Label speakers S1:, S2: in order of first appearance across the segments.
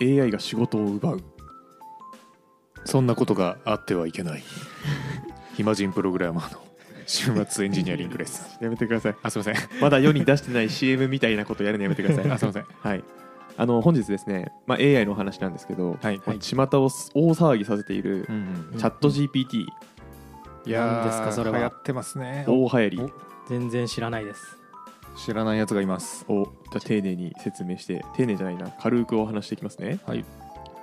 S1: AI が仕事を奪うそんなことがあってはいけない暇人プログラマーの週末エンジニアリングです
S2: やめてください
S1: あすいません
S2: まだ世に出してない CM みたいなことやるのやめてください
S1: あすいません
S2: はいあの本日ですね、まあ、AI のお話なんですけど、
S1: はい
S2: まあ巷を大騒ぎさせているチャット GPT
S1: いやー
S3: 何ですかそれは
S1: 流行ってますね
S2: 大流行り
S3: 全然知らないです
S1: 知らないやつがいます
S2: をじゃあ丁寧に説明して丁寧じゃないな軽くお話していきますね
S1: はい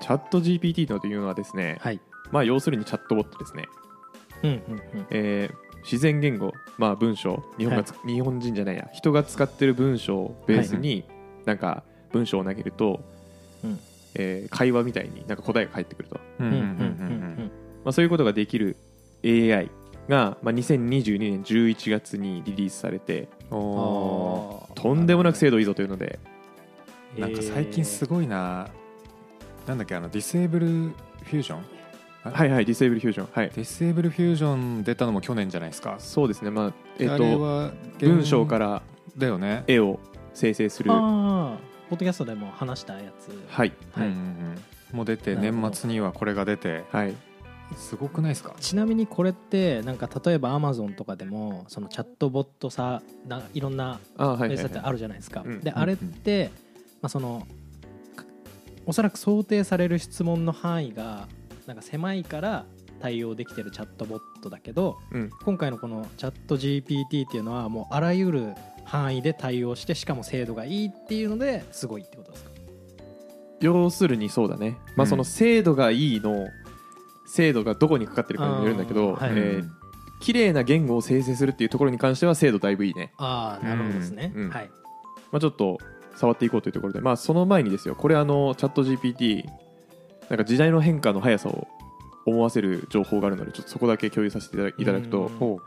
S2: チャット GPT というのはですね、
S3: はい
S2: まあ要するにチャットボットですね、
S3: うんうん
S2: えー自然言語、まあ、文章日本がつ、日本人じゃないや人が使ってる文章をベースに、なんか文章を投げると、
S3: うん
S2: えー会話みたいになんか答えが返ってくると、
S1: うん
S3: う
S1: うんん
S3: う
S1: うん
S3: ん
S1: うん
S2: まあ、そういうことができる AI が、まあ、2022年11月にリリースされて
S1: うん
S3: うん
S1: お
S3: あ
S1: ー
S2: とんでもなく精度いいぞというので
S3: ー
S1: なんか最近す
S3: え
S1: ごいな、なんだっけあのディセーブルフュージョン
S2: はいはいディセーブルフュージョンはい
S1: ディセーブルフュージョン出たのも去年じゃないですか
S2: そうですねまあえっ、
S1: あれ
S2: と
S1: は
S2: 文章からら
S1: だよね
S2: 絵を生成す
S3: ー
S2: るは
S3: あーポッドキャストでも話したやつ
S2: い
S3: はい
S1: うんうんうんもう出て
S3: なるほど
S1: 年末にはこれが出て
S2: はい
S1: すごくないですか
S3: ちなみにこれってなんか例えばアマゾンとかでもそのチャットボットさないろんな
S2: あはい
S3: ウ
S2: は
S3: ェ
S2: い、
S3: ブサイト
S2: は
S3: あるじゃないですか、
S2: うん
S3: で
S1: うん
S3: あれって、まあ、そのかおそらく想定される質問の範囲がなんか狭いから対応できてるチャットボットだけど
S2: いうん、
S3: 今回のこのチャット GPT っていうのはもうあらゆる範囲で対応してしかも精度がいいっていうのですごいってことですか
S2: 要するにそうだね、まあ、
S1: うん
S2: その精度がいいの精度がどこにかかってるかにもよるんだけど
S3: あーはい
S2: えー綺麗な言語を生成するっていうところに関しては精度だいぶいいね、
S3: ああなるほどですね、
S2: うんうん
S3: はい
S2: まあ、ちょっと触っていこうというところで、まあ、その前にですよこれあのチャット GPT なんか時代の変化の速さを思わせる情報があるのでちょっとそこだけ共有させていただいただくと
S3: うん
S2: ほう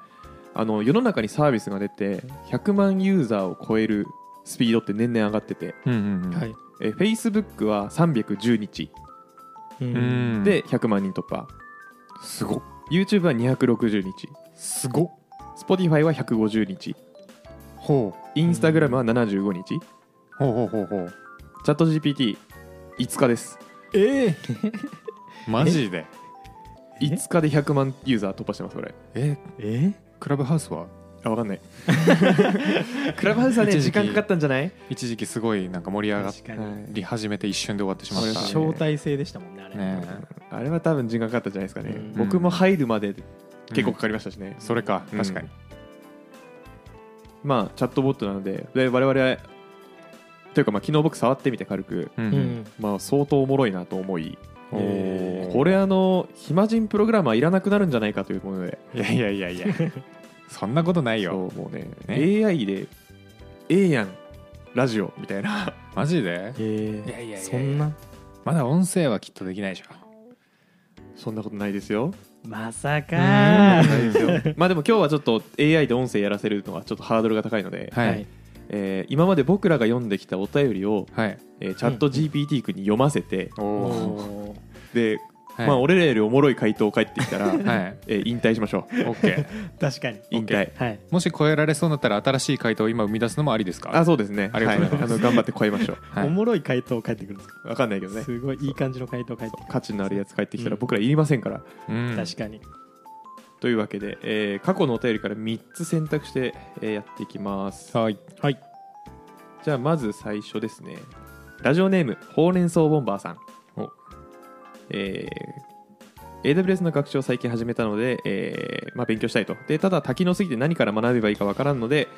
S2: あの世の中にサービスが出て100万ユーザーを超えるスピードって年々上がってて
S1: うんうんうん
S3: はい
S2: え Facebook は310日
S3: う
S1: うんん
S2: で100万人突破、
S1: すごっ
S2: YouTube は260日
S1: すごっ
S2: Spotify は150日
S1: ほ
S2: Instagram は75日、チ
S1: うほうほうほうほう
S2: ャット GPT5 日です
S1: ええマジで
S3: え
S2: 5日で100万ユーザー突破してますこれ
S1: え
S3: え
S1: クラブハウスは
S2: あ分かんないクラブハウスはね
S1: 一
S2: 時
S1: 時期
S2: 間かかったんじゃない
S1: 一時期すごいなんか盛り上が
S3: 確かに、
S2: はい
S1: り始めて一瞬で終わってしまっ
S2: そうで
S1: た
S2: しょ
S3: 招待制でしたもんねあれ
S1: ね
S2: あれは多分時間かかったんじゃないですかね、
S3: うん
S2: 僕も入るまで
S1: え
S2: 結構かかりましたしね、
S1: それか
S2: うん
S1: 確かに
S2: まあチャットボットなのでで我々というかまあ昨日僕触ってみて軽く
S1: う
S3: うんん、
S2: まあ相当おもろいなと思い
S1: おー
S2: これあの暇人プログラマーいらなくなるんじゃないかというもので
S1: いやいやいや いやそんなことない
S2: そう
S1: よ
S2: もうね
S1: ね
S2: AI でええやんラジオみたい な
S1: マジでい
S3: え
S1: やいやいやいや
S3: そんな
S1: まだ音声はきっとできないでしょ
S2: そんなことないです よ
S3: ま
S1: は
S3: さか
S1: い
S2: まあでも今日はちょっと AI で音声やらせるのはちょっとハードルが高いので、
S1: はい
S2: えー今まで僕らが読んできたお便りを、
S1: はい
S2: えーチャット GPT 君に読ませて、
S1: お
S3: お
S1: お
S3: ー
S2: で、
S1: はい
S2: まあ俺らよりおもろい回答返ってきたら、
S1: はい
S2: えー引退しましょう
S1: OK
S3: 確かに
S2: 引退
S3: はい
S1: もし超えられそうになったら新しい回答を今生み出すのもありですか
S2: あそうですね
S1: ありがとうございます
S2: はあの頑張って超えましょ
S1: はい
S3: おもろい回答返ってくるんですか
S2: うわかんないけどね
S3: すごいいい感じの回答返ってくる
S2: 価値のあるやつ返ってきたら
S3: うん
S2: 僕らいりませんから、
S1: うん
S3: 確かに
S2: というわけで、えー過去のお便りから3つ選択して、えーやっていきます
S1: はい
S3: はい
S2: じゃあまず最初ですねラジオネームほうれん草ボンバーさん
S1: お
S2: えー AWS の学習を最近始めたので、えーまあ、勉強したいとでただ多機能すぎて何から学べばいいかわからんので、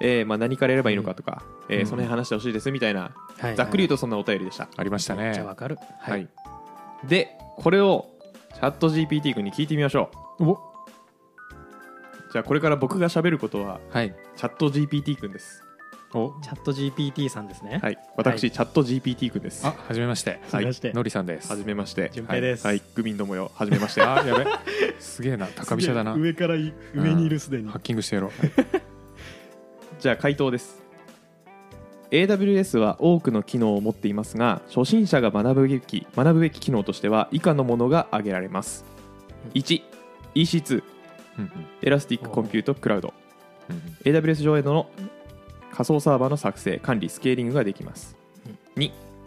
S2: えーまあ、何からやればいいのかとか、えー
S1: うん
S2: その辺話してほしいですみたいな、
S3: はい
S2: ざっくり言うとそんなお便りでした、
S1: ありました
S3: めっちゃ
S1: ね
S3: わかる
S2: はいでこれをチャット GPT 君に聞いてみましょ
S1: お
S2: うじゃあこれから僕が喋ることは
S1: はい
S2: チャット GPT 君です
S1: お
S3: チャット GPT さんですね
S2: はい私、
S3: はい
S2: チャット GPT 君です
S1: あ
S2: は
S1: はじめまして
S2: い
S3: はして
S1: のりさんです
S2: じめまして
S3: 順平です
S2: はい、はいグミンどもよはじめまして
S1: あやべすげえな高飛車だな
S3: すげえ上からい上にいるすでに
S1: ハッキングして やろう
S2: じゃあ回答です AWS は多くの機能を持っていますが初心者が学ぶべき学ぶべき機能としては以下のものが挙げられます
S3: うん
S2: 1EC2
S1: うん
S2: エラスティックコンピュートクラウド
S1: うんうん
S2: AWS 上への仮想サーバーの作成管理スケーリングができます
S3: うん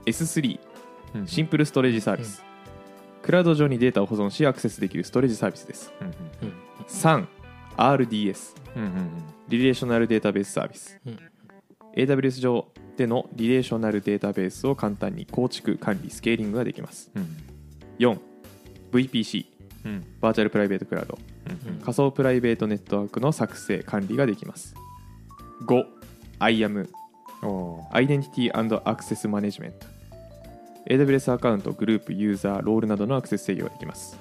S2: 2S3
S1: ううん
S2: シンプルストレージサービス、クラウド上にデータを保存しアクセスできるストレージサービスです
S1: うん
S3: うん
S2: 3RDS
S1: うんうんうん
S2: リレーショナルデータベースサービス、
S3: うん
S2: AWS 上でのリレーショナルデータベースを簡単に構築管理スケーリングができます
S1: うん
S2: 4VPC
S1: うんうん
S2: バーチャルプライベートクラウド
S1: うん
S2: 仮想プライベートネットワークの作成管理ができます 5IAM
S1: うんおー
S2: アイデンティティアクセスマネジメント AWS アカウントグループユーザーロールなどのアクセス制御ができます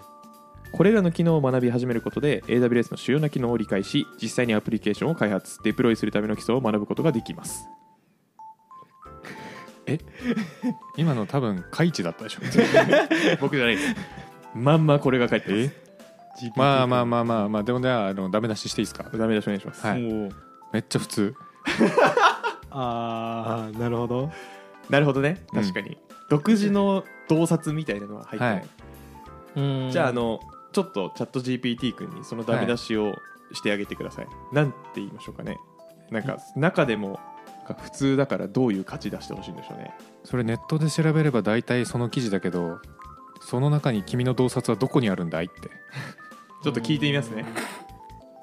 S2: これらの機能を学び始めることで AWS の主要な機能を理解し実際にアプリケーションを開発デプロイするための基礎を学ぶことができます
S1: 今の多分開智だった でしょ僕じゃないです
S2: まんまこれが書いてます
S1: まあまあまあまあまあでもねあのダメ出ししていいですか
S2: ダメ出しお願いします、
S1: はい
S3: おー
S1: めっちゃ普通
S3: ああなるほど
S2: なるほどね確かに、独自の洞察みたいなのは入ってない、
S1: はい
S3: うん
S2: じゃああのちょっとチャット GPT 君にそのダメ出しをしてあげてください、なんて言いましょうかねなんか中でもなんか普通だからどういう価値出してほしいんでしょうね
S1: それネットで調べれば大体その記事だけどその中に君の洞察はどこにあるんだいって
S2: ちょっと聞いてみますね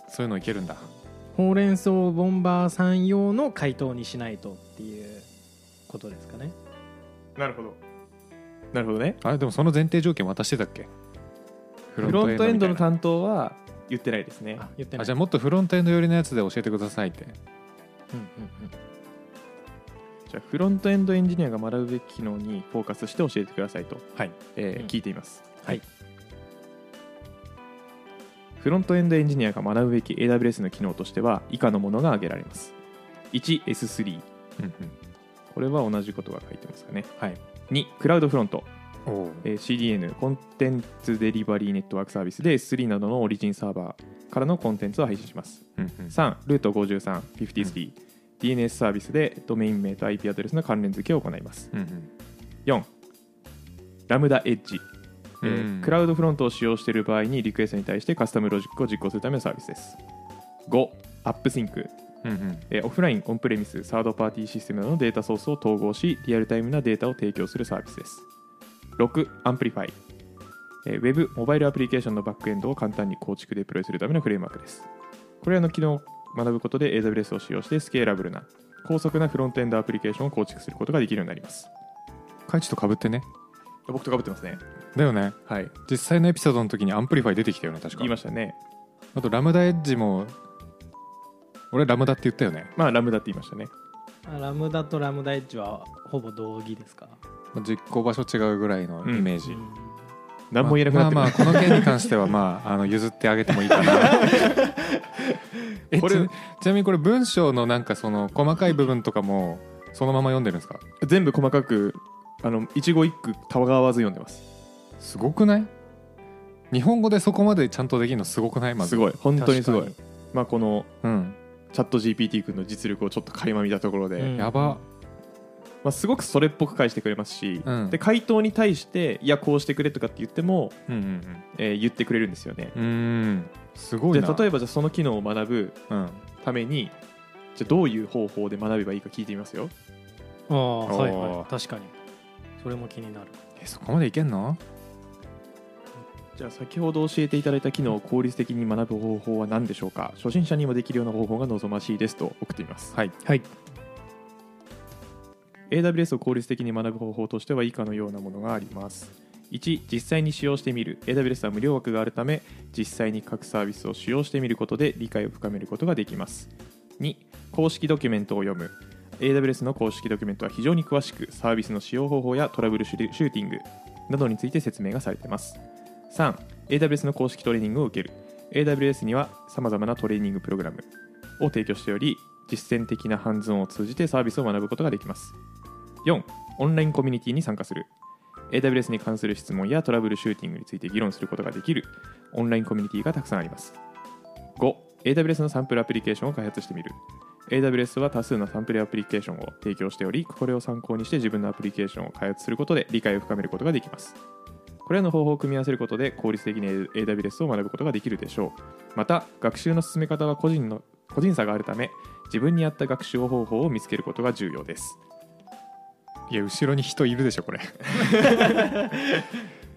S1: そういうのいけるんだ
S3: ほうれん草ボンバーさん用の回答にしないとっていうことですかね
S2: なるほどなるほどね
S1: あれでもその前提条件渡してたっけフ
S2: フロントエンドの
S1: みたいな
S2: 担当は言ってないですね
S3: あ言ってな
S1: あ
S3: い
S1: じゃあもっとフロントエンド寄りのやつで教えてくださいって
S3: うんうんうん
S2: じゃあフロントエンドエンジニアが学ぶべき機能にフォーカスして教えてくださいと、
S1: はい
S2: えー
S3: うん
S2: 聞いています、
S3: はい
S2: フロントエンドエンジニアが学ぶべき AWS の機能としては以下のものが挙げられます 1S3
S1: うん
S2: これは同じことが書いてますかね
S1: はい
S2: 2クラウドフロント、
S1: うんおう
S2: えー CDN コンテンツデリバリーネットワークサービスで S3 などのオリジンサーバーからのコンテンツを配信します
S1: うんうん
S2: 3ルート53 53、DNS サービスでドメイン名と IP アドレスの関連付けを行います
S1: うんうん
S2: 4ラムダエッジ、えー
S1: うん
S2: クラウドフロントを使用している場合にリクエストに対してカスタムロジックを実行するためのサービスです5アップシンク、
S1: うんうん
S2: えーオフラインオンプレミスサードパーティーシステムなどのデータソースを統合しリアルタイムなデータを提供するサービスです6アンプリファイ、えー、ウェブモバイルアプリケーションのバックエンドを簡単に構築デプロイするためのフレームワークですこれらの機能を学ぶことで AWS を使用してスケーラブルな高速なフロントエンドアプリケーションを構築することができるようになります
S1: カイチとかぶってね
S2: 僕とかぶってますね
S1: だよね
S2: はい
S1: 実際のエピソードの時にアンプリファイ出てきたよね確か
S2: 言いましたね
S1: あとラムダエッジも俺ラムダって言ったよね
S2: まあラムダって言いましたね
S3: あラムダとラムダエッジはほぼ同義ですか
S1: まあ実行場所違うぐらいのイメージ、
S3: うん
S2: 何も言えなくなって
S1: まあまあ
S2: る
S1: この件に関してはまああの譲ってあげてもいい かなえ
S2: こ
S1: こ
S2: れ
S1: れちなみにこれ文章のなんかその細かい部分とかもそのまま読んでるんですか
S2: 全部細かくあの一語一句たわがわず読んでます、
S1: すごくない日本語でそこまでちゃんとできるのすごくないまず
S2: すごい本当にすごい
S3: 確か
S2: まあこの
S1: うん、
S2: チャット GPT 君の実力をちょっと垣間見たところで、
S3: うん
S1: やば
S2: まあ、すごくそれっぽく返してくれますし、
S1: うん
S2: で回答に対していやこうしてくれとかって言っても、
S1: うん
S2: えー言ってくれるんですよね
S1: うんうんうーんすごい
S2: で
S1: な
S2: 例
S1: え
S2: えばじゃあその機能を学ぶ
S1: ば、うん、
S2: ためにじゃあどういう方法で学べばいいか聞いてみますよ
S3: ああはい
S1: おー
S3: はい確かにそれも気になる
S1: えそこまでいけんの
S2: じゃあ先ほど教えていただいた機能を効率的に学ぶ方法は何でしょうか初心者にもできるような方法が望ましいですと送っています
S1: はい
S3: はい
S2: AWS を効率的に学ぶ方法としては以下のようなものがあります1実際に使用してみる AWS は無料枠があるため実際に各サービスを使用してみることで理解を深めることができます2公式ドキュメントを読む AWS の公式ドキュメントは非常に詳しくサービスの使用方法やトラブルシュシューティングなどについて説明がされています3 AWS の公式トレーニングを受ける AWS にはさまざまなトレーニングプログラムを提供しており実践的なハンズオンを通じてサービスを学ぶことができます4オンラインコミュニティに参加する AWS に関する質問やトラブルシューティングについて議論することができるオンラインコミュニティがたくさんあります5 AWS のサンプルアプリケーションを開発してみる AWS は多数のサンプルアプリケーションを提供しておりこれを参考にして自分のアプリケーションを開発することで理解を深めることができますこれらの方法を組み合わせることで効率的に AWS を学ぶことができるでしょうまた学習の進め方は個人の個人差があるため自分に合った学習方法を見つけることが重要です
S1: いや後ろに人いるでしょこれ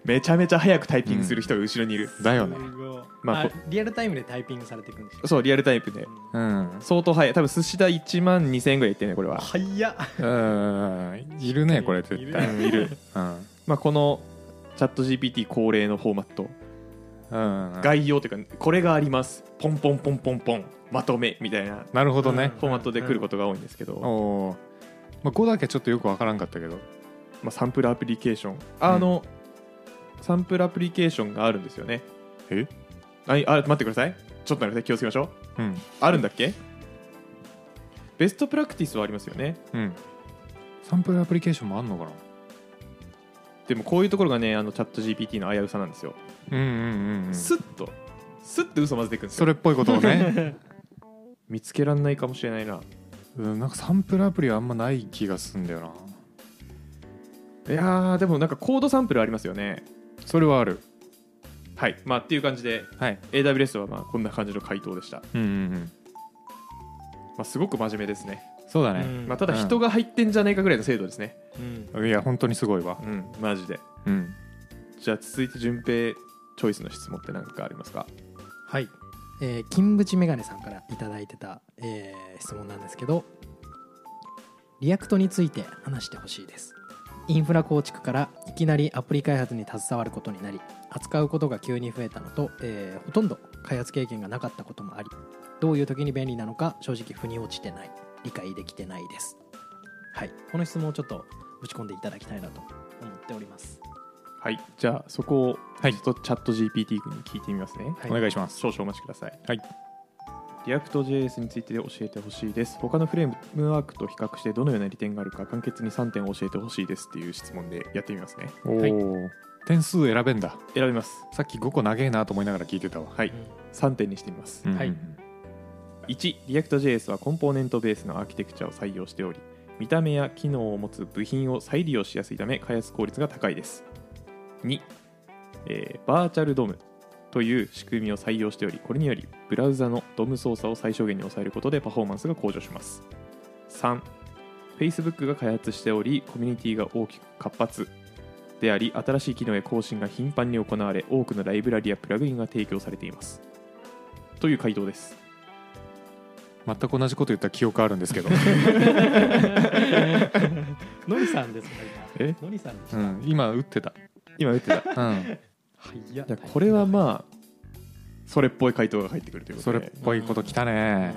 S2: めちゃめちゃ早くタイピングする人が後ろにいる、
S1: だよね
S3: すごい
S2: まあ
S3: あ
S2: こ
S3: リアルタイムでタイピングされていくんでしょ
S2: そうリアルタイプで
S1: うん
S2: 相当早い多分寿司代1万2000円ぐらいいってんねこれは、
S3: 早っ
S1: うんいるねこれ絶対
S2: うんいる、
S1: うん
S2: まあ、このチャット GPT 恒例のフォーマット
S1: うん
S2: 概要というかこれがありますポンポンポンポンポンまとめみたいな
S1: なるほどね
S2: フォーマットで来ることが多いんですけど、
S1: おおーまあ5だけちょっとよくわからんかったけど
S2: まあ、サンプルアプリケーションあの、サンプルアプリケーションがあるんですよね
S1: え
S2: あいあ待ってくださいちょっと待ってください気をつけましょう
S1: うん
S2: あるんだっけベストプラクティスはありますよね
S1: うんサンプルアプリケーションもあんのかな
S2: でもこういうところがねあのチャット GPT の危うさなんですよ、
S1: うんうんうんうん
S2: スッとスッと嘘混ぜていくんです
S1: そ
S2: よ
S1: れっぽいことを ね
S2: 見つけられないかもしれないな
S1: うんなんかサンプルアプリはあんまない気がすんだよない
S2: やーでもなんかコードサンプルありますよね
S1: それはある
S2: はいまあっていう感じで
S1: はい
S2: AWS はまあこんな感じの回答でした、
S1: うんうんうん
S2: まあ、すごく真面目ですね、
S1: そうだ
S3: う
S1: ね
S3: ん
S2: まあ、ただ人が入ってんじゃないかぐらいの精度ですね
S3: うん
S1: いや本当にすごいわ
S2: うんマジで
S1: うん
S2: じゃあ続いて順平チョイスの質問って何かありますか
S3: はい、えー金縁メガネさんから頂いただいてた、えー質問なんですけどリアクトについて話してほしいですインフラ構築からいきなりアプリ開発に携わることになり扱うことが急に増えたのと、えーほとんど開発経験がなかったこともありどういう時に便利なのか正直腑に落ちてない理解できてないですはいこの質問をちょっとぶち込んでいただきたいなと思っております
S2: はいじゃあそこを
S1: はい
S2: ちょっとチャット GPT 君に聞いてみますね、
S3: はい
S1: お願いします
S2: 少々お待ちください
S1: はい
S2: リアクト JS について教えてほしいです他のフレームワークと比較してどのような利点があるか簡潔に3点を教えてほしいですっていう質問でやってみますね
S1: おお点数選べんだ
S2: 選びます
S1: さっき5個長えなと思いながら聞いてたわ
S2: はい3点にしてみます、
S1: うん
S3: はい
S2: 1 React.js はコンポーネントベースのアーキテクチャを採用しており見た目や機能を持つ部品を再利用しやすいため開発効率が高いです2、えーバーチャルドムという仕組みを採用しておりこれによりブラウザのドム操作を最小限に抑えることでパフォーマンスが向上します3 Facebook が開発しておりコミュニティが大きく活発であり新しい機能や更新が頻繁に行われ多くのライブラリやプラグインが提供されていますという回答です
S1: 全く同じこと言った記憶あるんですけど、
S3: のりさん ですね
S2: え
S3: のりさんで
S1: うん、今打ってた、
S2: 今打ってた
S1: うん、
S3: はいや
S2: じゃあこれはまあそれっぽい回答が返ってくるというこ
S1: そ
S2: と
S1: れっ
S2: で
S1: ぽいこときたね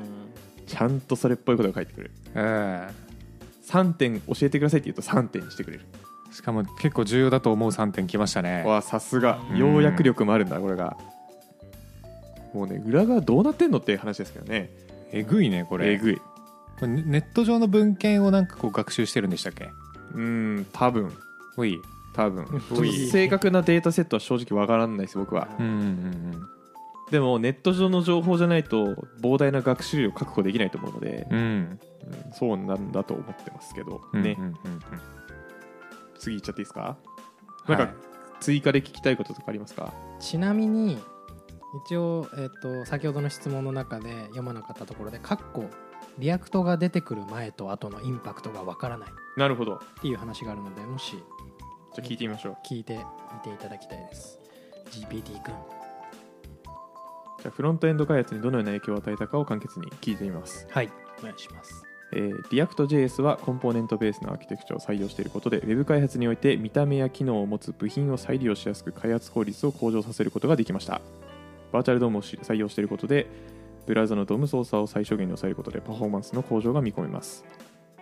S2: ちゃんとそれっぽいことが返ってくる
S1: え
S2: 3点教えてくださいって言うと3点にしてくれる
S1: えしかも結構重要だと思う3点きましたね
S2: わあさすが
S3: うん
S2: 要約力もあるんだこれがもうね裏側どうなってんのっていう話ですけどね
S1: えぐいねこれ
S2: えぐい
S1: これねネット上の文献をなんかこう学習してるんでしたっけ
S2: うん多分
S1: おい
S2: 多 分
S3: うん
S2: ちょっと正確なデータセットは正直わからんないです僕は
S1: うんうんうん
S2: でもネット上の情報じゃないと膨大な学習量確保できないと思うので
S1: う、ん
S2: うんそうなんだと思ってますけど、
S1: うん
S2: ね
S1: うんうんうん
S2: 次いっちゃっていいですか、
S1: はい
S2: なんか追加で聞きたいこととかありますか
S3: ちなみに一応、えっと先ほどの質問の中で読まなかったところで「カッコリアクトが出てくる前と後のインパクトがわからない」
S2: なるほど
S3: っていう話があるのでもし
S2: じゃあ聞いてみましょう
S3: 聞いてみていただきたいです GPT 君
S2: じゃあフロントエンド開発にどのような影響を与えたかを簡潔に聞いてみます、
S3: はいお願いします
S2: えー、React.js はコンポーネントベースのアーキテクチャを採用していることで Web 開発において見た目や機能を持つ部品を再利用しやすく開発効率を向上させることができましたバーチャルドームをし採用していることでブラウザのドーム操作を最小限に抑えることでパフォーマンスの向上が見込めます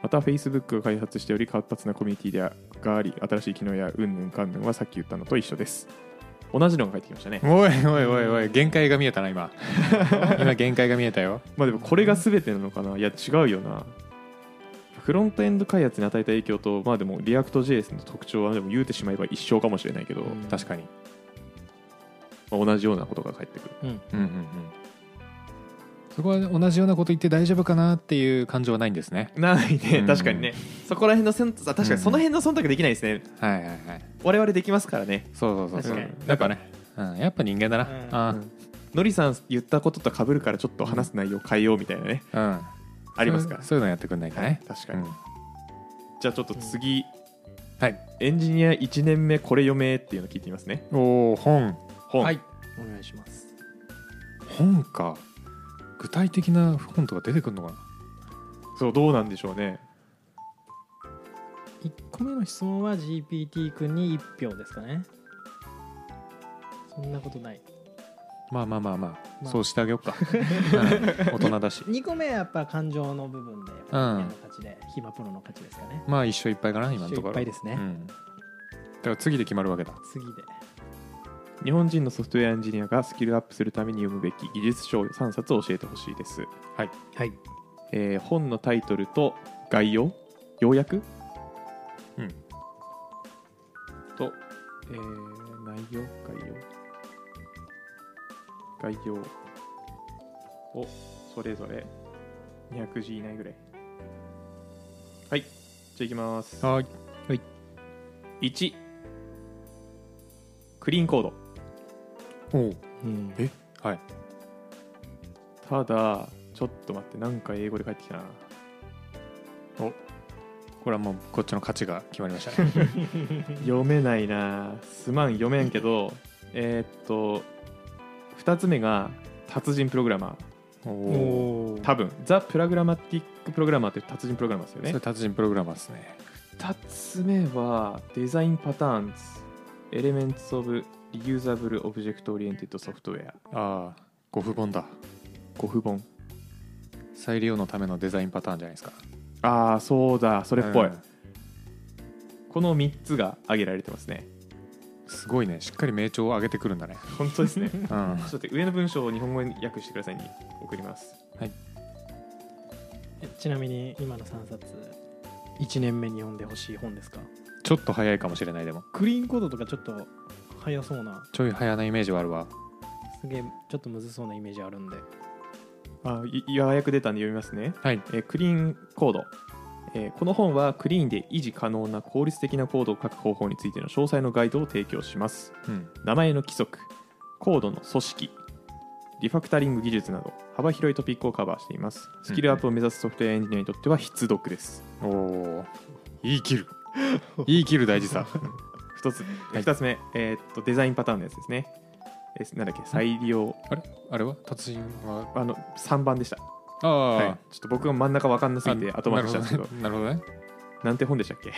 S2: また Facebook が開発しており活発なコミュニティであがあり新しい機能やうんぬんかんぬんはさっき言ったのと一緒です同じのが返ってきましたね
S1: おいおいおいおい限界が見えたな 今今限界が見えたよ
S2: まあでもこれが全てなのかないや違うよなフロントエンド開発に与えた影響とまあでも React.js の特徴はでも言うてしまえば一緒かもしれないけど、
S3: うん
S1: 確かに
S2: まあ同じようなことが返ってくる
S3: うん
S1: うんうんうんそこは同じようなこと言って大丈夫かなっていう感情はないんですね
S2: ないね
S1: うん
S2: 確かにねそこら辺のせん確か
S1: う
S2: に
S1: ん
S2: その辺の忖度できないですね
S1: はいはいはい
S2: 我々できますからね
S1: そうそうそうそう
S3: 確か
S2: に
S1: やっぱね、うん、やっぱ人間だ
S3: うん
S1: な
S2: のりさん言ったこととかぶるからちょっと話す内容変えようみたいなね
S1: うん、うん、
S2: ありますから
S1: そうそういうのやってくんないかね、
S2: 確か
S1: う
S2: に、
S1: ん
S2: じゃあちょっと次
S1: はい
S2: エンジニア1年目これ読めっていうの聞いてみますね
S1: おお本
S2: 本、
S3: はいお願いします
S1: 本か具体的な本とか出てくるのかな
S2: そうどうなんでしょうね
S3: 1個目の質問は GPT 君に1票ですかねそんなことない
S1: まあまあまあまあ、
S3: まあ
S1: そうしてあげよう か、はい大人だし
S3: 2個目はやっぱ感情の部分で、うの勝ちでヒマプロの勝ちですかね
S1: まあ一生いっぱいかな今のところ
S3: 一緒いっぱいですね
S1: うん、だから次で決まるわけだ
S3: 次で
S2: 日本人のソフトウェアエンジニアがスキルアップするために読むべき技術書3冊を教えてほしいです、
S3: はい
S2: えー本のタイトルと概要要約
S1: うん
S2: と、えー内容概要概要をそれぞれ200字以内ぐらいはいじゃあいきます
S1: はい
S2: 1クリーンコード
S1: おう
S3: うん
S1: えはい
S2: ただちょっと待ってなんか英語で返ってきたな
S1: これはもうこっちの勝ちが決まりまし たね
S2: 読めないなすまん読めんけどえーっと2つ目が達人プログラマ
S1: お
S3: お
S1: お
S3: ー
S2: ー多分ザ・プラグラマティックプログラマーって達人プログラマーですよ
S1: それ
S2: ね
S1: 達人プログラマーですね
S2: 2つ目はデザインパターンズエレメンツ・オブ・リユーザブル・オブジェクト・オリエンテッド・ソフトウェア
S1: ああご不本だ
S2: ご不本
S1: 再利用のためのデザインパターンじゃないですか
S2: ああそうだそれっぽい、
S1: うん
S2: この3つが挙げられてますね
S1: すごいねしっかり名調を上げてくるんだね
S2: 本当ですね
S1: うん
S2: ちょっと上の文章を日本語に訳してくださいに送ります。
S3: えちなみに今の3冊1年目に読んでほしい本ですか
S1: ちょっと早いかもしれないでも
S3: クリーンコードとかちょっと早そうな
S1: ちょい早なイメージはあるわ
S3: すげえちょっとむずそうなイメージあるんで
S2: あ、いようやく出たんで読みますね。
S1: はい
S2: えークリーンコード、えーこの本はクリーンで維持可能な効率的なコードを書く方法についての詳細のガイドを提供します。
S1: うん
S2: 名前の規則、コードの組織、リファクタリング技術など幅広いトピックをカバーしています。スキルアップを目指すソフトウェアエンジニアにとっては必読です。
S1: おお言い切 る言い切る大事さ
S2: 一つ、
S1: はい
S2: 二つ目、えーっとデザインパターンのやつですね。えーなんだっけ再利用
S1: あれあれは達人は
S2: あの3番でした
S1: ああ、
S2: はい、ちょっと僕が真ん中わかんなすぎて後回しにしたんですけど
S1: なるほどねなるほどね
S2: なんて本でしたっけ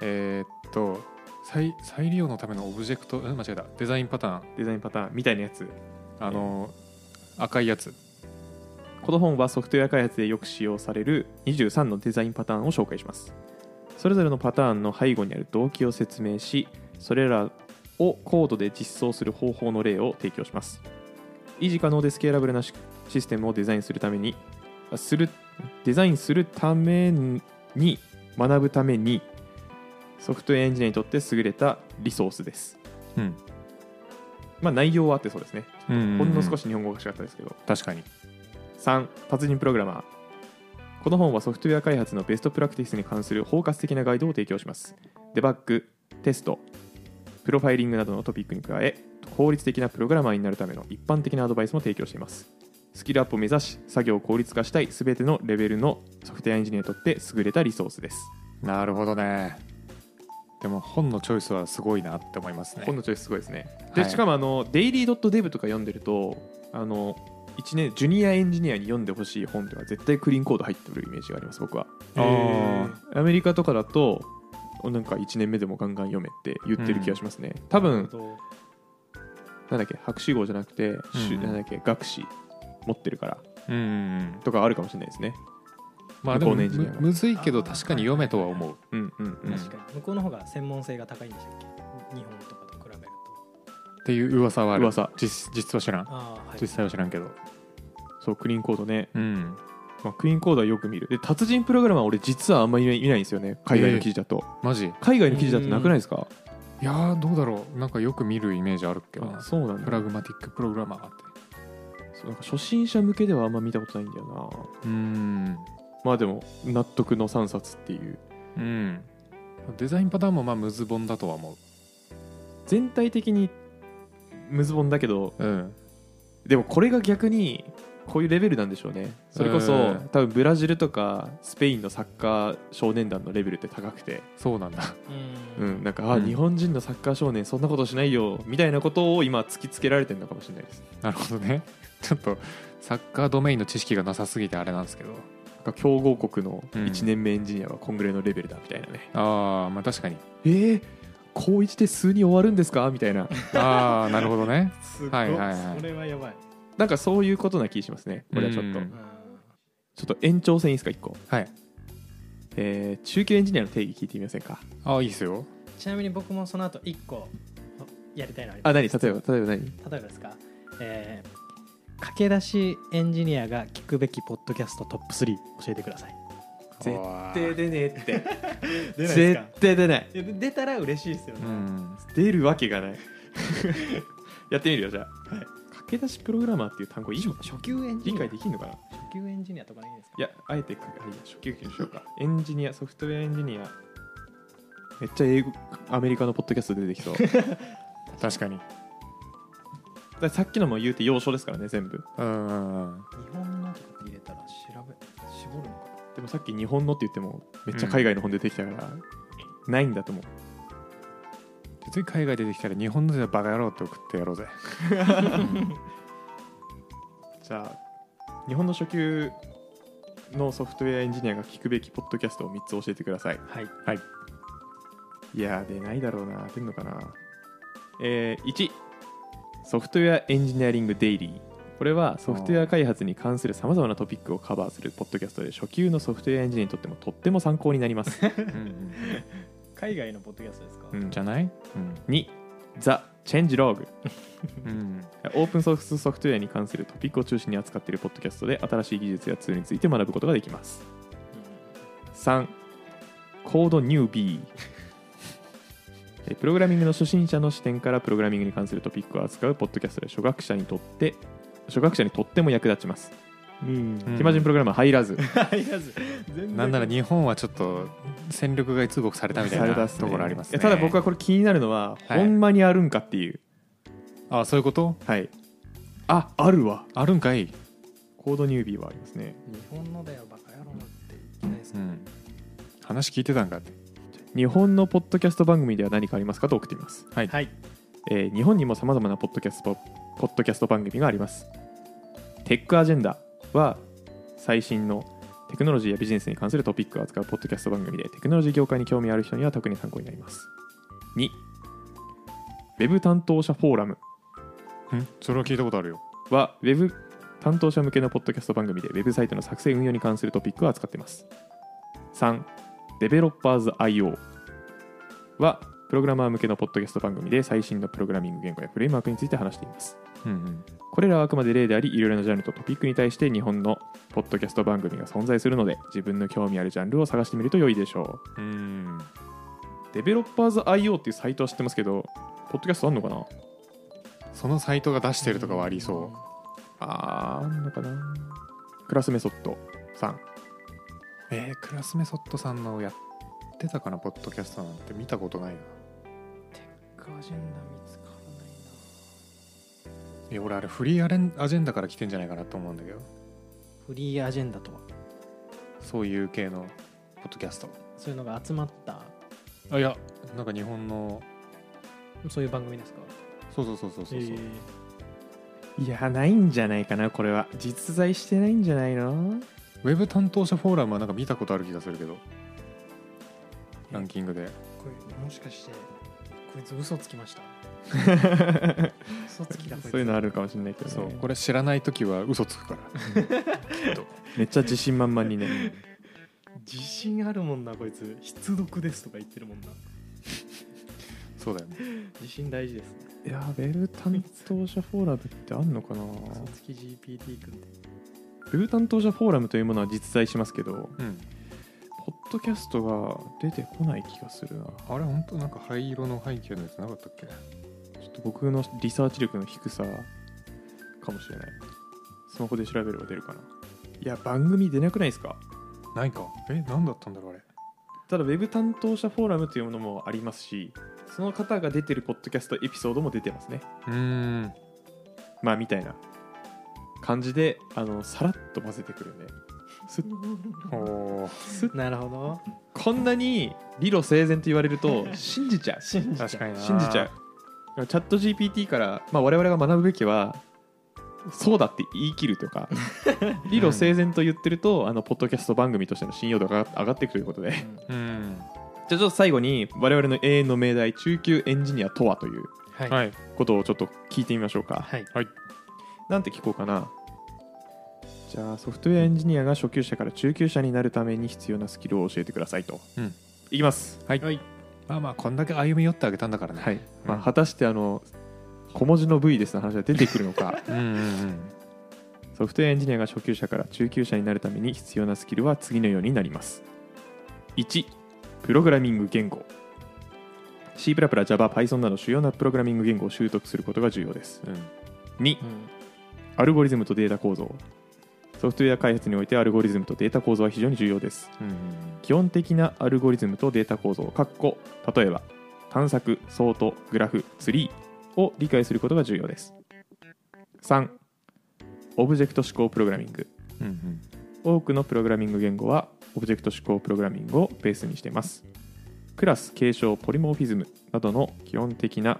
S1: えーっと再再利用のためのオブジェクトうん間違えたデザインパターン
S2: デザインパターンみたいなやつ
S1: あの、赤いやつ
S2: この本はソフトウェア開発でよく使用される23のデザインパターンを紹介しますそれぞれのパターンの背後にある動機を説明しそれらをコードで実装する方法の例を提供します維持可能でスケーラブルなシシステムをデザインするためにあするデザインするために学ぶためにソフトウェアエンジニアにとって優れたリソースです
S1: うん、
S2: まあ内容はあってそうですね
S1: うんうんうん
S2: ほんの少し日本語が違ったですけど
S1: 確かに
S2: 3達人プログラマーこの本はソフトウェア開発のベストプラクティスに関する包括的なガイドを提供しますデバッグテストプロファイリングなどのトピックに加え効率的なプログラマーになるための一般的なアドバイスも提供していますスキルアップを目指し作業を効率化したい全てのレベルのソフトウェアエンジニアにとって優れたリソースです
S1: なるほどねでも本のチョイスはすごいなって思いますね
S2: 本のチョイスすごいですねで、
S1: はい
S2: しかもあのデイリー .dev とか読んでるとあの1年ジュニアエンジニアに読んでほしい本では絶対クリーンコード入ってくるイメージがあります僕は
S1: あー
S2: アメリカとかだとなんか1年目でもガンガン読めって言ってる気がしますね、多分なんだっけ博士号じゃなくて、しゅ
S1: うん
S2: なんだっけ学士持ってるから
S1: うんうんうん
S2: とかあるかもしれないですね
S1: まあでも
S2: 向こうのエンジ
S1: む
S2: ニアが
S1: むずいけど確かに読めとは思う
S2: うんうんうん
S3: 確かに向こうの方が専門性が高いんでしたっけ日本とかと比べると
S1: っていう噂はある
S2: 噂
S1: 実実は知らん
S3: ああはい
S1: 実際は知らんけど
S2: そうクリーンコードね、
S1: うん
S2: まあ、クリーンコードはよく見るで達人プログラマー俺実はあんまり見ないんですよね海外の記事だと、
S1: マジい
S2: 海外の記事だとなくないですか
S1: やーどうだろうなんかよく見るイメージあるっけど
S2: あ
S1: な
S2: そうなん
S1: プ
S2: だ
S1: ラグマティックプログラマーって
S2: そうなんか初心者向けではあんま見たことないんだよな
S1: うん
S2: まあでも納得の3冊っていう
S1: うんデザインパターンもまあムズボンだとは思
S2: 全体的にムズボンだけど
S1: ううん
S2: でもこれが逆にこういうレベルなんでしょうねそれこそ、
S1: うん
S2: 多分ブラジルとかスペインのサッカー少年団のレベルって高くて、
S1: そうなんだ
S2: う
S3: うん
S2: ん、なんか、あ
S1: うん
S2: 日本人のサッカー少年そんなことしないよみたいなことを今突きつけられてるのかもしれないです
S1: なるほどねちょっとサッカードメインの知識がなさすぎてあれなんですけど
S2: なんか強豪国の
S1: うん
S2: 1年目エンジニアはこんぐらいのレベルだみたいなね、
S1: ああまあ確かに
S2: えー、高1で数に終わるんですかみたいな
S1: ああなるほどね
S3: すごい、
S1: はいはいはい
S3: それはやばい、
S2: なんかそういうことな気しますねこれはちょっと、
S1: うん
S2: ちょっと延長戦いいですか1個、
S1: はい
S2: えー中級エンジニアの定義聞いてみませんか
S1: ああいいですよ
S3: ちなみに僕もその後一個やりたいのあります
S2: あ何例えば例えば何
S3: 例えばですか、えー駆け出しエンジニアが聞くべきポッドキャストトップ3教えてください
S2: 絶
S1: 対
S2: 出ねえって
S3: 出
S2: 絶対出ない
S3: いや出たら嬉しいですよね、
S1: うん
S2: 出るわけがない やってみるよじゃあ、駆け出しプログラマーっていう単語いいの
S3: 初級エンジ
S2: 理
S3: ニア
S2: 解
S3: 初
S2: できるのかな
S3: 級エンジニアとかでいいですか
S2: いやあえてかあいいや初級級にしようかエンジニアソフトウェアエンジニアめっちゃ英語アメリカのポッドキャスト出て きそうだか
S1: 確かに
S2: らさっきのも言うて要所ですからね全部
S1: うんうんうん
S3: 日本のとかって入れたら調べ絞るのか
S2: でもさっき日本のって言ってもめっちゃ海外の本出てきたから、ないんだと思う
S1: 別に海外出てきたら日本のじゃバカ野郎って送ってやろうぜ
S2: じゃあ日本の初級のソフトウェアエンジニアが聞くべきポッドキャストを3つ教えてください
S3: はい
S2: いやー出ないだろうな出んのかなえー、1ソフトウェアエンジニアリングデイリーこれはソフトウェア開発に関するさまざまなトピックをカバーするポッドキャストで初級のソフトウェアエンジニアにとってもとっても参考になり ます、
S1: うんうん
S3: 海外のポッドキャストですか、
S1: うんじゃない
S2: 2ザ・チェンジローグ
S1: うん、うん、
S2: オープンソースソフトウェアに関するトピックを中心に扱っているポッドキャストで新しい技術やツールについて学ぶことができます3コードニュービーえプログラミングの初心者の視点からプログラミングに関するトピックを扱うポッドキャストで初学者にとって初学者にとっても役立ちます
S3: うん
S1: うん
S2: 暇人プログラマー入らず
S3: 入らず全然
S1: なんなら日本はちょっと戦力外通告されたみたい
S2: された
S1: な
S2: っすね
S1: ところあります
S2: いや
S1: ね
S2: ただ僕はこれ気になるのは、
S1: はい
S2: ほんまにあるんかっていう
S1: あそういうこと
S2: はいああるわ
S1: あるんかい、
S2: コードニュービーはありますね
S3: 日本のだよバカ野郎っていきないです
S1: う
S3: か、
S1: ん、話聞いてたんかって
S2: 日本のポッドキャスト番組では何かありますかと送っています
S1: はい
S3: はい
S2: えー日本にもさまざまなポッドキャストポッドキャスト番組があります。テックアジェンダは最新のテクノロジーやビジネスに関するトピックを扱うポッドキャスト番組でテクノロジー業界に興味ある人には特に参考になります。2、Web 担当者フォーラム
S1: んそれは聞いたことあるよ
S2: は Web 担当者向けのポッドキャスト番組でウェブサイトの作成運用に関するトピックを扱っています。3、Developers.io はプログラマー向けのポッドキャスト番組で最新のプログラミング言語やフレームワークについて話しています。
S1: うんうん
S2: これらはあくまで例であり、いろいろなジャンルとトピックに対して日本のポッドキャスト番組が存在するので、自分の興味あるジャンルを探してみると良いでしょう。
S1: うん
S2: デベロッパーズ IO っていうサイトは知ってますけど、ポッドキャストあんのかな
S1: そのサイトが出してるとかはありそ
S2: あー、あんのかなクラスメソッドさん。
S1: うえー、クラスメソッドさんのやってたかなポッドキャストなんて見たことないな
S3: テックアジェンダ見つからないない
S1: や俺あれフリーアレンアジェンダから来てんじゃないかなと思うんだけど
S3: フリーアジェンダとは
S1: そういう系のポッドキャスト
S3: そういうのが集まった
S1: あいやなんか日本の
S3: そういう番組ですか
S1: そうそうそうそうそうそう、
S3: えー
S2: いや、ないんじゃないかな、これは。実在してないんじゃない の
S1: ウェブ担当者フォーラムはなんか見たことある気がするけどランキングで
S3: これもしかしてこいつ嘘つきました嘘つきだ こいつ
S2: そういうのあるかもしれないけど、ね、
S1: そうこれ知らない時は嘘つくから
S2: めっちゃ自信満々にね。
S3: 自信あるもんなこいつ必読ですとか言ってるもんな
S1: そうだよね
S3: 自信大事です
S2: い
S3: ね
S2: や、ウェブ担当者フォーラムってあんのかな
S3: 嘘つき GPT 君って
S2: ウェブ担当者フォーラムというものは実在しますけど、
S1: うん
S2: ポッドキャストが出てこない気がするな。ち
S1: あれ本当なんか灰色の背景のやつなかったっけ
S2: ょっと僕のリサーチ力の低さかもしれない。スマホで調べれば出るかな。いや、番組出なくないですか
S1: ないかえ何だったんだろうあれ
S2: ただ、ウェブ担当者フォーラムというものもありますし、その方が出てるポッドキャストエピソードも出てますね。
S1: うーん
S2: まあ、みたいな。感じであのさらっと混ぜてくるねす
S1: お
S2: す
S3: なるほど
S2: こんなに理路整然と言われる と信じちゃう
S3: 信じちゃう
S1: 確かにな
S2: 信じちゃうチャット GPT から、まあ、我々が学ぶべきはそうだって言い切ると か理路整然と言ってるとあのポッドキャスト番組としての信用度が上がってくるということでじゃ
S1: うん
S2: あちょっと最後に我々の永遠の命題中級エンジニアとはという
S3: はいはい、
S1: はい
S2: ことをちょっと聞いてみましょうか、
S3: はい
S2: なんて聞こうかなじゃあソフトウェアエンジニアが初級者から中級者になるために必要なスキルを教えてくださいと、
S1: うん
S2: いきますはい、
S1: まあまあこんだけ歩み寄ってあげたんだからね
S2: はいまあ、
S1: うん
S2: 果たしてあの小文字の V ですの話が出てくるのか
S1: うんうん
S2: ソフトウェアエンジニアが初級者から中級者になるために必要なスキルは次のようになります1プログラミング言語 C++、Java、Python など主要なプログラミング言語を習得することが重要です
S1: うん
S2: 2
S3: うん
S2: アルゴリズムとデータ構造ソフトウェア開発においてアルゴリズムとデータ構造は非常に重要です
S1: うん
S2: 基本的なアルゴリズムとデータ構造かっこ例えば探索ソートグラフツリーを理解することが重要です3オブジェクト思考プログラミング
S1: うんうん
S2: 多くのプログラミング言語はオブジェクト指向プログラミングをベースにしていますクラス継承ポリモーフィズムなどの基本的な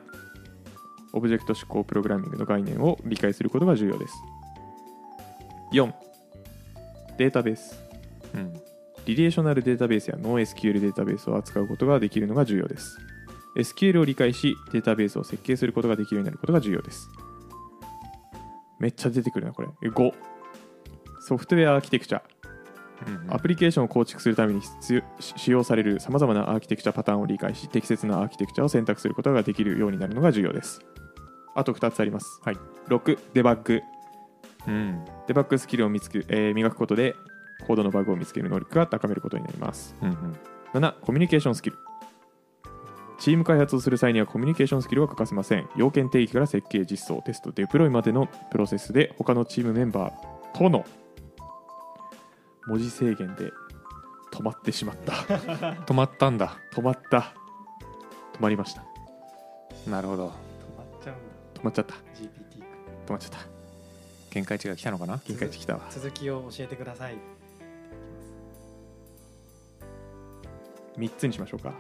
S2: オブジェクト指向プログラミングの概念を理解することが重要です4データベース
S1: うん
S2: リレーショナルデータベースやノン SQL データベースを扱うことができるのが重要です SQL を理解しデータベースを設計することができるようになることが重要ですめっちゃ出てくるなこれ5ソフトウェアアーキテクチャ
S1: うん
S2: アプリケーションを構築するために必要し使用されるさまざまなアーキテクチャパターンを理解し適切なアーキテクチャを選択することができるようになるのが重要ですあと2つあります、
S1: はい
S2: 6デバッグ
S1: うん
S2: デバッグスキルを見つけ、えー磨くことでコードのバグを見つける能力が高めることになります
S1: うんうん
S2: 7コミュニケーションスキルチーム開発をする際にはコミュニケーションスキルは欠かせません要件定義から設計実装テストデプロイまでのプロセスで他のチームメンバーとの文字制限で止まってしまった
S1: 止まったんだ
S2: 止まった止まりました
S1: なるほど
S3: 止まっちゃうんだ
S2: 止まっちゃった
S3: GPT
S2: 止まっちゃった
S1: 限界値が来たのかな
S2: 限界値きたわ
S3: 続きを教えてください
S2: 3つにしましょうか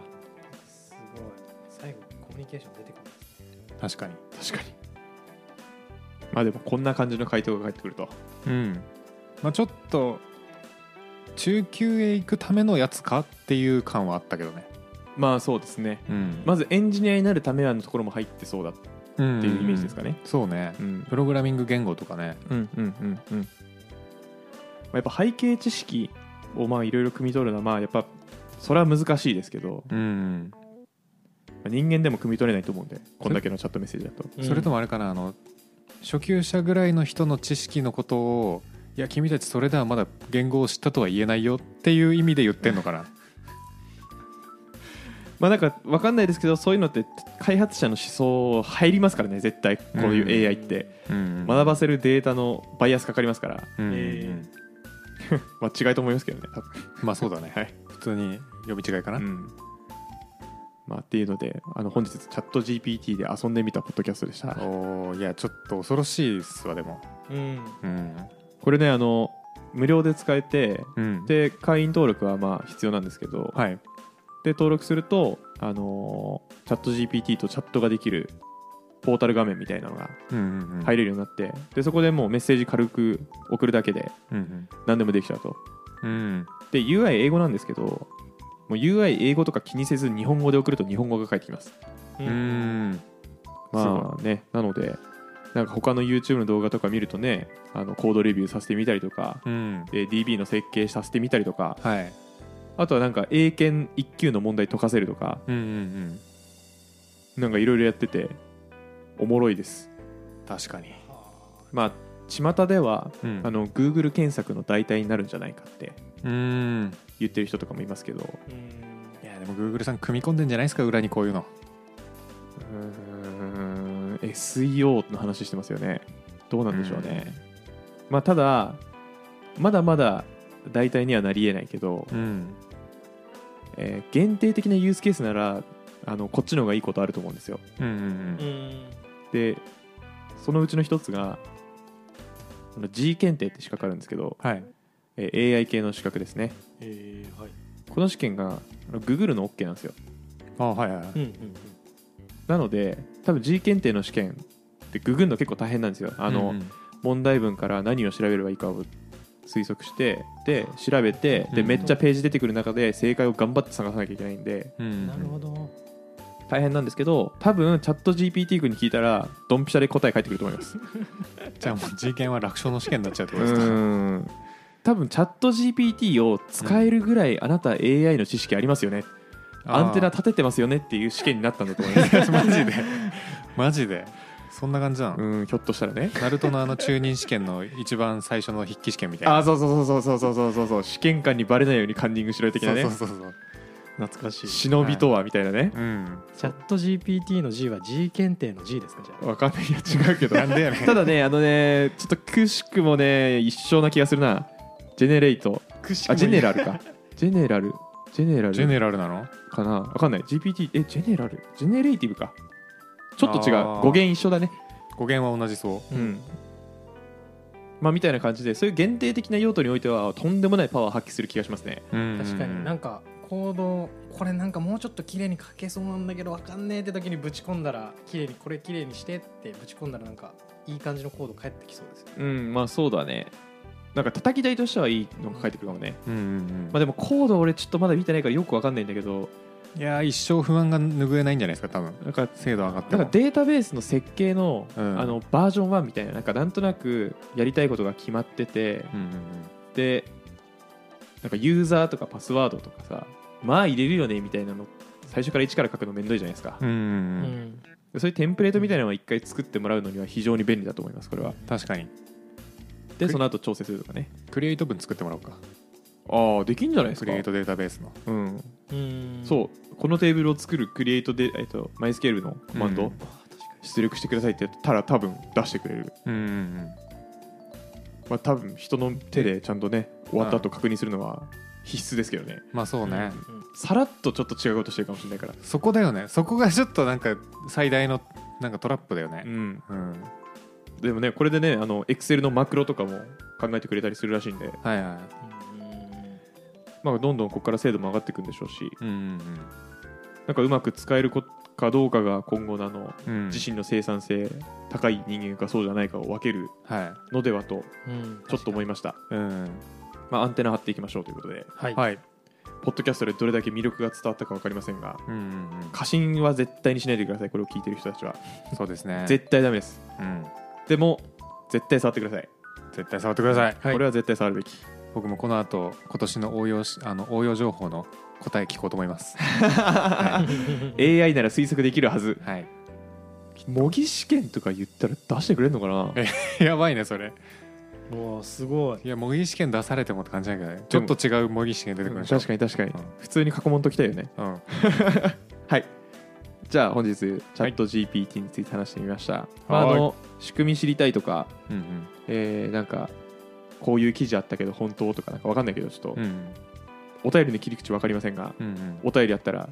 S3: すごい最後コミュニケーション出てくる
S1: 確かに
S2: 確かにまあでもこんな感じの回答が返ってくると
S1: うんまあちょっと中級へ行くためのやつかっていう感はあったけどね
S2: まあそうですね
S1: うん
S2: まずエンジニアになるためはのところも入ってそうだっ
S1: って
S2: ていうイメージですかね
S1: そうね
S2: うん
S1: プログラミング言語とかね
S2: うんうんうんうんまあやっぱ背景知識をまあいろいろ汲み取るのはまあやっぱそれは難しいですけどま
S1: うん
S2: あ人間でも汲み取れないと思うんでこんだけのチャットメッセージだと
S1: それともあれかなあの初級者ぐらいの人の知識のことをいや君たちそれではまだ言語を知ったとは言えないよっていう意味で言ってんのかな
S2: まあなんか分かんないですけどそういうのって開発者の思想入りますからね絶対こういう AI って
S1: うん
S2: 学ばせるデータのバイアスかかりますから
S1: うんうんうん
S3: え
S2: まあ違いと思いますけどね多分
S1: まあそうだね、
S2: はい
S1: 普通に読み違いかな、
S2: うんまあっていうのであの本日チャット GPT で遊んでみたポッドキャストでした
S1: おーいやちょっと恐ろしいっすわでも
S3: うん
S1: うん、
S2: これねあの無料で使えて
S1: うん、
S2: で会員登録はまあ必要なんですけど、
S1: はい
S2: で登録すると、あのーチャット GPT とチャットができるポータル画面みたいなのが
S1: うんうんうん
S2: 入れるようになって、でそこでもうメッセージ軽く送るだけで
S1: うん
S2: 何でもできちゃうと
S1: うんうん
S2: で UI 英語なんですけどもう UI 英語とか気にせず日本語で送ると日本語が返ってきます
S3: う
S1: うんん
S2: まあねなのでなんか他の YouTube の動画とか見るとねあのコードレビューさせてみたりとか
S1: うん
S2: で DB の設計させてみたりとか
S1: はい
S2: あとはなんか英検1級の問題解かせるとか
S1: うんうんうん
S2: なんかいろいろやってておもろいです
S1: 確かに
S2: まあ巷では、
S1: うん
S2: あの Google 検索の代替になるんじゃないかって
S1: うん
S2: 言ってる人とかもいますけど
S3: うん
S1: いやでも Google さん組み込んでんじゃないですか裏にこういうの
S2: うーん SEO の話してますよねどうなんでしょうね、まあただまだまだ代替にはなりえないけど、
S1: うん
S2: えー限定的なユースケースならあのこっちの方がいいことあると思うんですよ
S1: うんうん
S3: うん
S2: でそのうちの一つがあの G 検定って資格あるんですけど、
S1: はい
S2: えー AI 系の資格ですね
S3: えー、はい
S2: この試験があの Google の OK なんですよ
S1: あはいはいはい
S3: うんうんうん
S2: なので多分 G 検定の試験ってググるの結構大変なんですよあの、
S1: うんうん
S2: 問題文から何を調べればいいかを推測してで調べて
S1: うんう
S2: で
S1: ん
S2: めっちゃページ出てくる中で正解を頑張って探さなきゃいけないんで
S1: うんうん
S3: なるほど
S2: 大変なんですけど多分チャット GPT 君に聞いたらドンピシャで答え返ってくると思います
S1: じゃあもう G 研は楽勝の試験になっちゃうって
S2: う
S1: ことですか
S2: ーん多分チャット GPT を使えるぐらいあなた AI の知識ありますよねアンテナ立ててますよねっていう試験になったんだと思います
S1: マジでマジでそんな感じなの、
S2: うんひょっとしたらね
S1: ナルトのあの中任試験の一番最初の筆記試験みたいな
S2: あそうそうそうそうそうそうそうそう試験官にバレないようにカンニングしろよ的なね
S1: そうそうそうそう
S2: 懐かしい忍びとはみたいなね、
S1: うん
S3: チャット GPT の G は G 検定の G ですかじゃあ
S2: わかんないいや違うけど
S1: なんでやねん
S2: ただねあのねちょっとくしくもね一緒な気がするなジェネレート
S1: くし
S2: あジェネラルかジェネラルジェネラ
S1: ジェ
S2: ル
S1: ネラルなの
S2: かなわかんない GPT えジェネラルジェネレーティブかちょっと違う
S1: あー
S2: 語源一緒だね
S1: 語源は同じそう
S2: うんまあみたいな感じでそういう限定的な用途においてはとんでもないパワーを発揮する気がしますね
S1: 確
S3: 確かになんか行動これなんかもうちょっと綺麗に書けそうなんだけどわかんねえって時にぶち込んだら綺麗にこれ綺麗にしてってぶち込んだらなんかいい感じのコード返ってきそうですよ
S2: うんまあそうだねなんか叩き台としてはいいのが書いてくるかもね、
S1: うんうん
S2: まあ、でもコード俺ちょっとまだ見てないからよくわかんないんだけど
S1: うんいやー一生不安が拭えないんじゃないですか多分
S2: なんか
S1: 精度上がって
S2: なん
S1: も
S2: かデータベースの設計の,、
S1: うん
S2: あのバージョン1みたいななんかなんとなくやりたいことが決まってて
S1: うんうん
S2: でなんかユーザーとかパスワードとかさまあ入れるよねみたいなの最初から一から書くのめんどいじゃないですか、
S1: うんうんうん
S3: ん
S2: でそういうテンプレートみたいなのは一回作ってもらうのには非常に便利だと思いますこれは
S1: 確かに
S2: で
S1: クリ
S2: その後調整するとかね
S1: クリエイト文作ってもらおうか
S2: ああできんじゃないです
S1: ク
S2: か
S1: リエイトデータベースの
S2: うん、
S3: うん
S2: そうこのテーブルを作るクリエイトで、えっと、マイスケールのコマンド、
S1: うん
S3: あ確かに
S2: 出力してくださいってやったら多分出してくれる
S1: うんうんうん
S2: まあ、多分人の手でちゃんとね終わった後確認するのは必須ですけどね
S1: まあそうね、
S3: うん
S2: さらっとちょっと違うことしてるかもしれないから
S1: そこだよねそこがちょっとなんか最大のなんかトラップだよね
S2: うん
S1: うん、
S2: でもねこれでねあの Excel のマクロとかも考えてくれたりするらしいんで、
S1: はいは
S2: まあ、どんどんここから精度も上がっていくんでしょうし
S1: いうん
S2: なんかうまく使えるこかどうかが今後のあの
S1: うんうん
S2: 自身の生産性高い人間かそうじゃないかを分ける
S1: は
S2: のではと
S3: うんうん
S2: ちょっと思いました、
S1: いうん
S2: まあ、アンテナ張っていきましょうということで
S3: はい
S1: はい
S2: ポッドキャストでどれだけ魅力が伝わったか分かりませんが
S1: うんうんうん
S2: 過信は絶対にしないでくださいこれを聞いてる人たちは
S1: そうですね
S2: 絶対ダメです
S1: うん
S2: でも絶対触ってください、
S1: 絶対触ってください、
S2: これは絶対触るべき
S1: 僕もこの後今年の応用しあの応用情報の答え聞こうと思います、は
S2: AI なら推測できるはず
S1: いはい、
S2: 模擬試験とか言ったら出してくれるのかな
S1: えやばいねそれ
S3: もうすごい
S1: いや模擬試験出されてもって感じだけどねちょっと違う模擬試験出てく
S2: う
S1: る
S2: ん
S1: でしょ
S2: 確かに確かに、
S1: うん
S2: 普通に過去問ときたいよね
S1: うん
S2: はいじゃあ本日チャット GPT について話してみました、まあ、
S1: は
S2: あ
S1: い
S2: の仕組み知りたいとか、
S1: うん
S2: えーなんかこういう記事あったけど本当とかなんか分かんないけどちょっと、
S1: うんうん
S2: お便りの切り口分かりませんが
S1: うんうん
S2: お便りあったら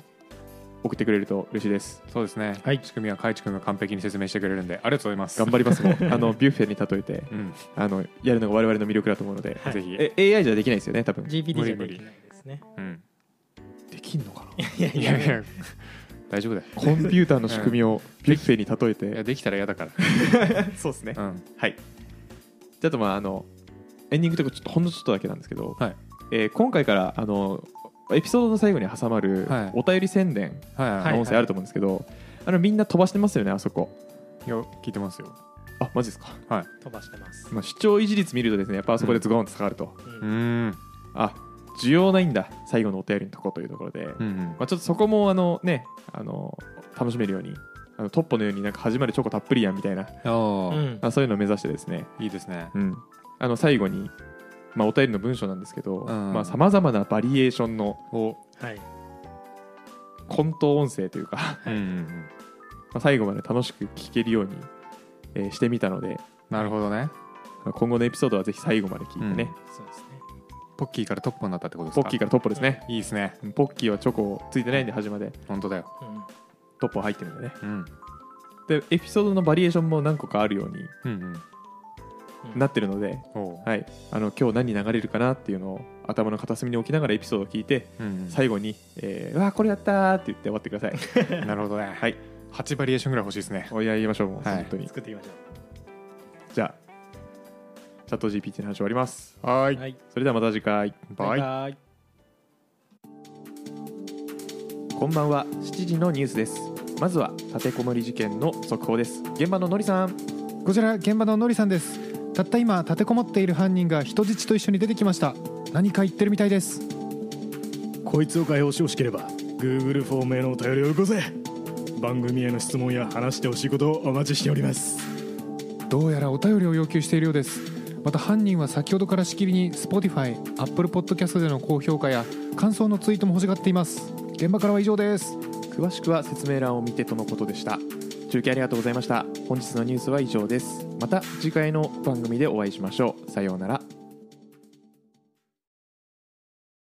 S2: 送ってくれると嬉しいです
S1: そうですね、
S3: はい
S1: 仕組みは海地君が完璧に説明してくれるんでありがとうございます
S2: 頑張りますもんあのビュッフェに例えて
S1: うん
S2: あのやるのが我々の魅力だと思うので、
S3: はい
S1: ぜひ、
S2: え AI じゃできないですよね多分
S3: GPT
S1: 無
S3: じ
S1: 理
S3: ゃで
S1: 無
S3: き
S1: 理
S3: ないですね
S1: うん、
S2: できんのかない
S3: や
S1: いやい や大丈夫だよ
S2: コンピューターの仕組みをビュッフェに例え
S1: いや
S2: て
S1: できたら嫌だから、
S2: そうですね
S1: うん、
S2: はいであとまああのエンディングとかちょっとほんのちょっとだけなんですけど、
S1: はい
S2: えー今回からあのエピソードの最後に挟まる
S1: はい
S2: お便り宣伝
S1: はいはい、
S3: はい
S2: の音声あると思うんですけど、あのみんな飛ばしてますよねあそこ
S1: いや聞いてますよ
S2: あマジですか、
S3: 飛ばしてます
S2: まあ、視聴維持率見るとですねやっぱあそこでズゴンと下がると、
S3: うん
S1: うん
S2: あ需要ないんだ最後のお便りのとこというところで、
S1: うんうん
S2: まあ、ちょっとそこもあの、ね、あの楽しめるようにあのトッポのようになんか始まるチョコたっぷりやんみたいな、
S1: おー
S2: あ、そういうのを目指してですね、
S1: いいですね
S2: うん、あの最後に、まあ、お便りの文章なんですけど
S1: うん
S2: さまざ、まなバリエーションの
S1: お
S3: はい
S2: 混沌音声というか ま
S1: うんうんうん
S2: あ最後まで楽しく聞けるように、えーしてみたので
S1: なるほどね
S2: 今後のエピソードはぜひ最後まで聞いてね、
S3: そうですね
S1: ポッキーからトップになったってことです
S2: ポ
S1: か
S2: ッキーからトッポですね、
S1: いいですね
S2: うんポッキーはチョコついてないんで始まで
S1: 本当だよ
S3: うん
S2: トッポ入ってるんでね
S1: うん
S2: でエピソードのバリエーションも何個かあるように
S1: うんうん
S2: なってるので、
S1: おう
S2: はい、あの今日何流れるかなっていうのを頭の片隅に置きながらエピソードを聞いて
S1: うん
S2: 最後に「えー、うわーこれやった!」って言って終わってく ださい
S1: なるほどね、
S2: はい
S1: 8バリエーションぐらい欲しいですね
S2: おやりましょうもう、
S1: はい
S2: 本当に
S3: 作っていきましょ
S2: じゃあチャット GPT の話終わります
S1: はー
S3: う
S1: い
S3: はい
S2: それではまた次回
S1: バイ
S3: バイ
S2: こんばんは7時のニュースですまずは立てこもり事件の速報です現場ののりさん
S1: こちら現場ののりさんですたった今立てこもっている犯人が人質と一緒に出てきました何か言ってるみたいです
S4: こいつを解放してほしければ Google フォームへのお便りをよこせ番組への質問や話してほしいことをお待ちしております
S1: どうやらお便りを要求しているようですまた犯人は先ほどからしきりに Spotify、Apple Podcast での高評価や感想のツイートも欲しがっています現場からは以上です
S2: 詳しくは説明欄を見てとのことでした中継ありがとうございました本日のニュースは以上ですまた次回の番組でお会いしましょうさようなら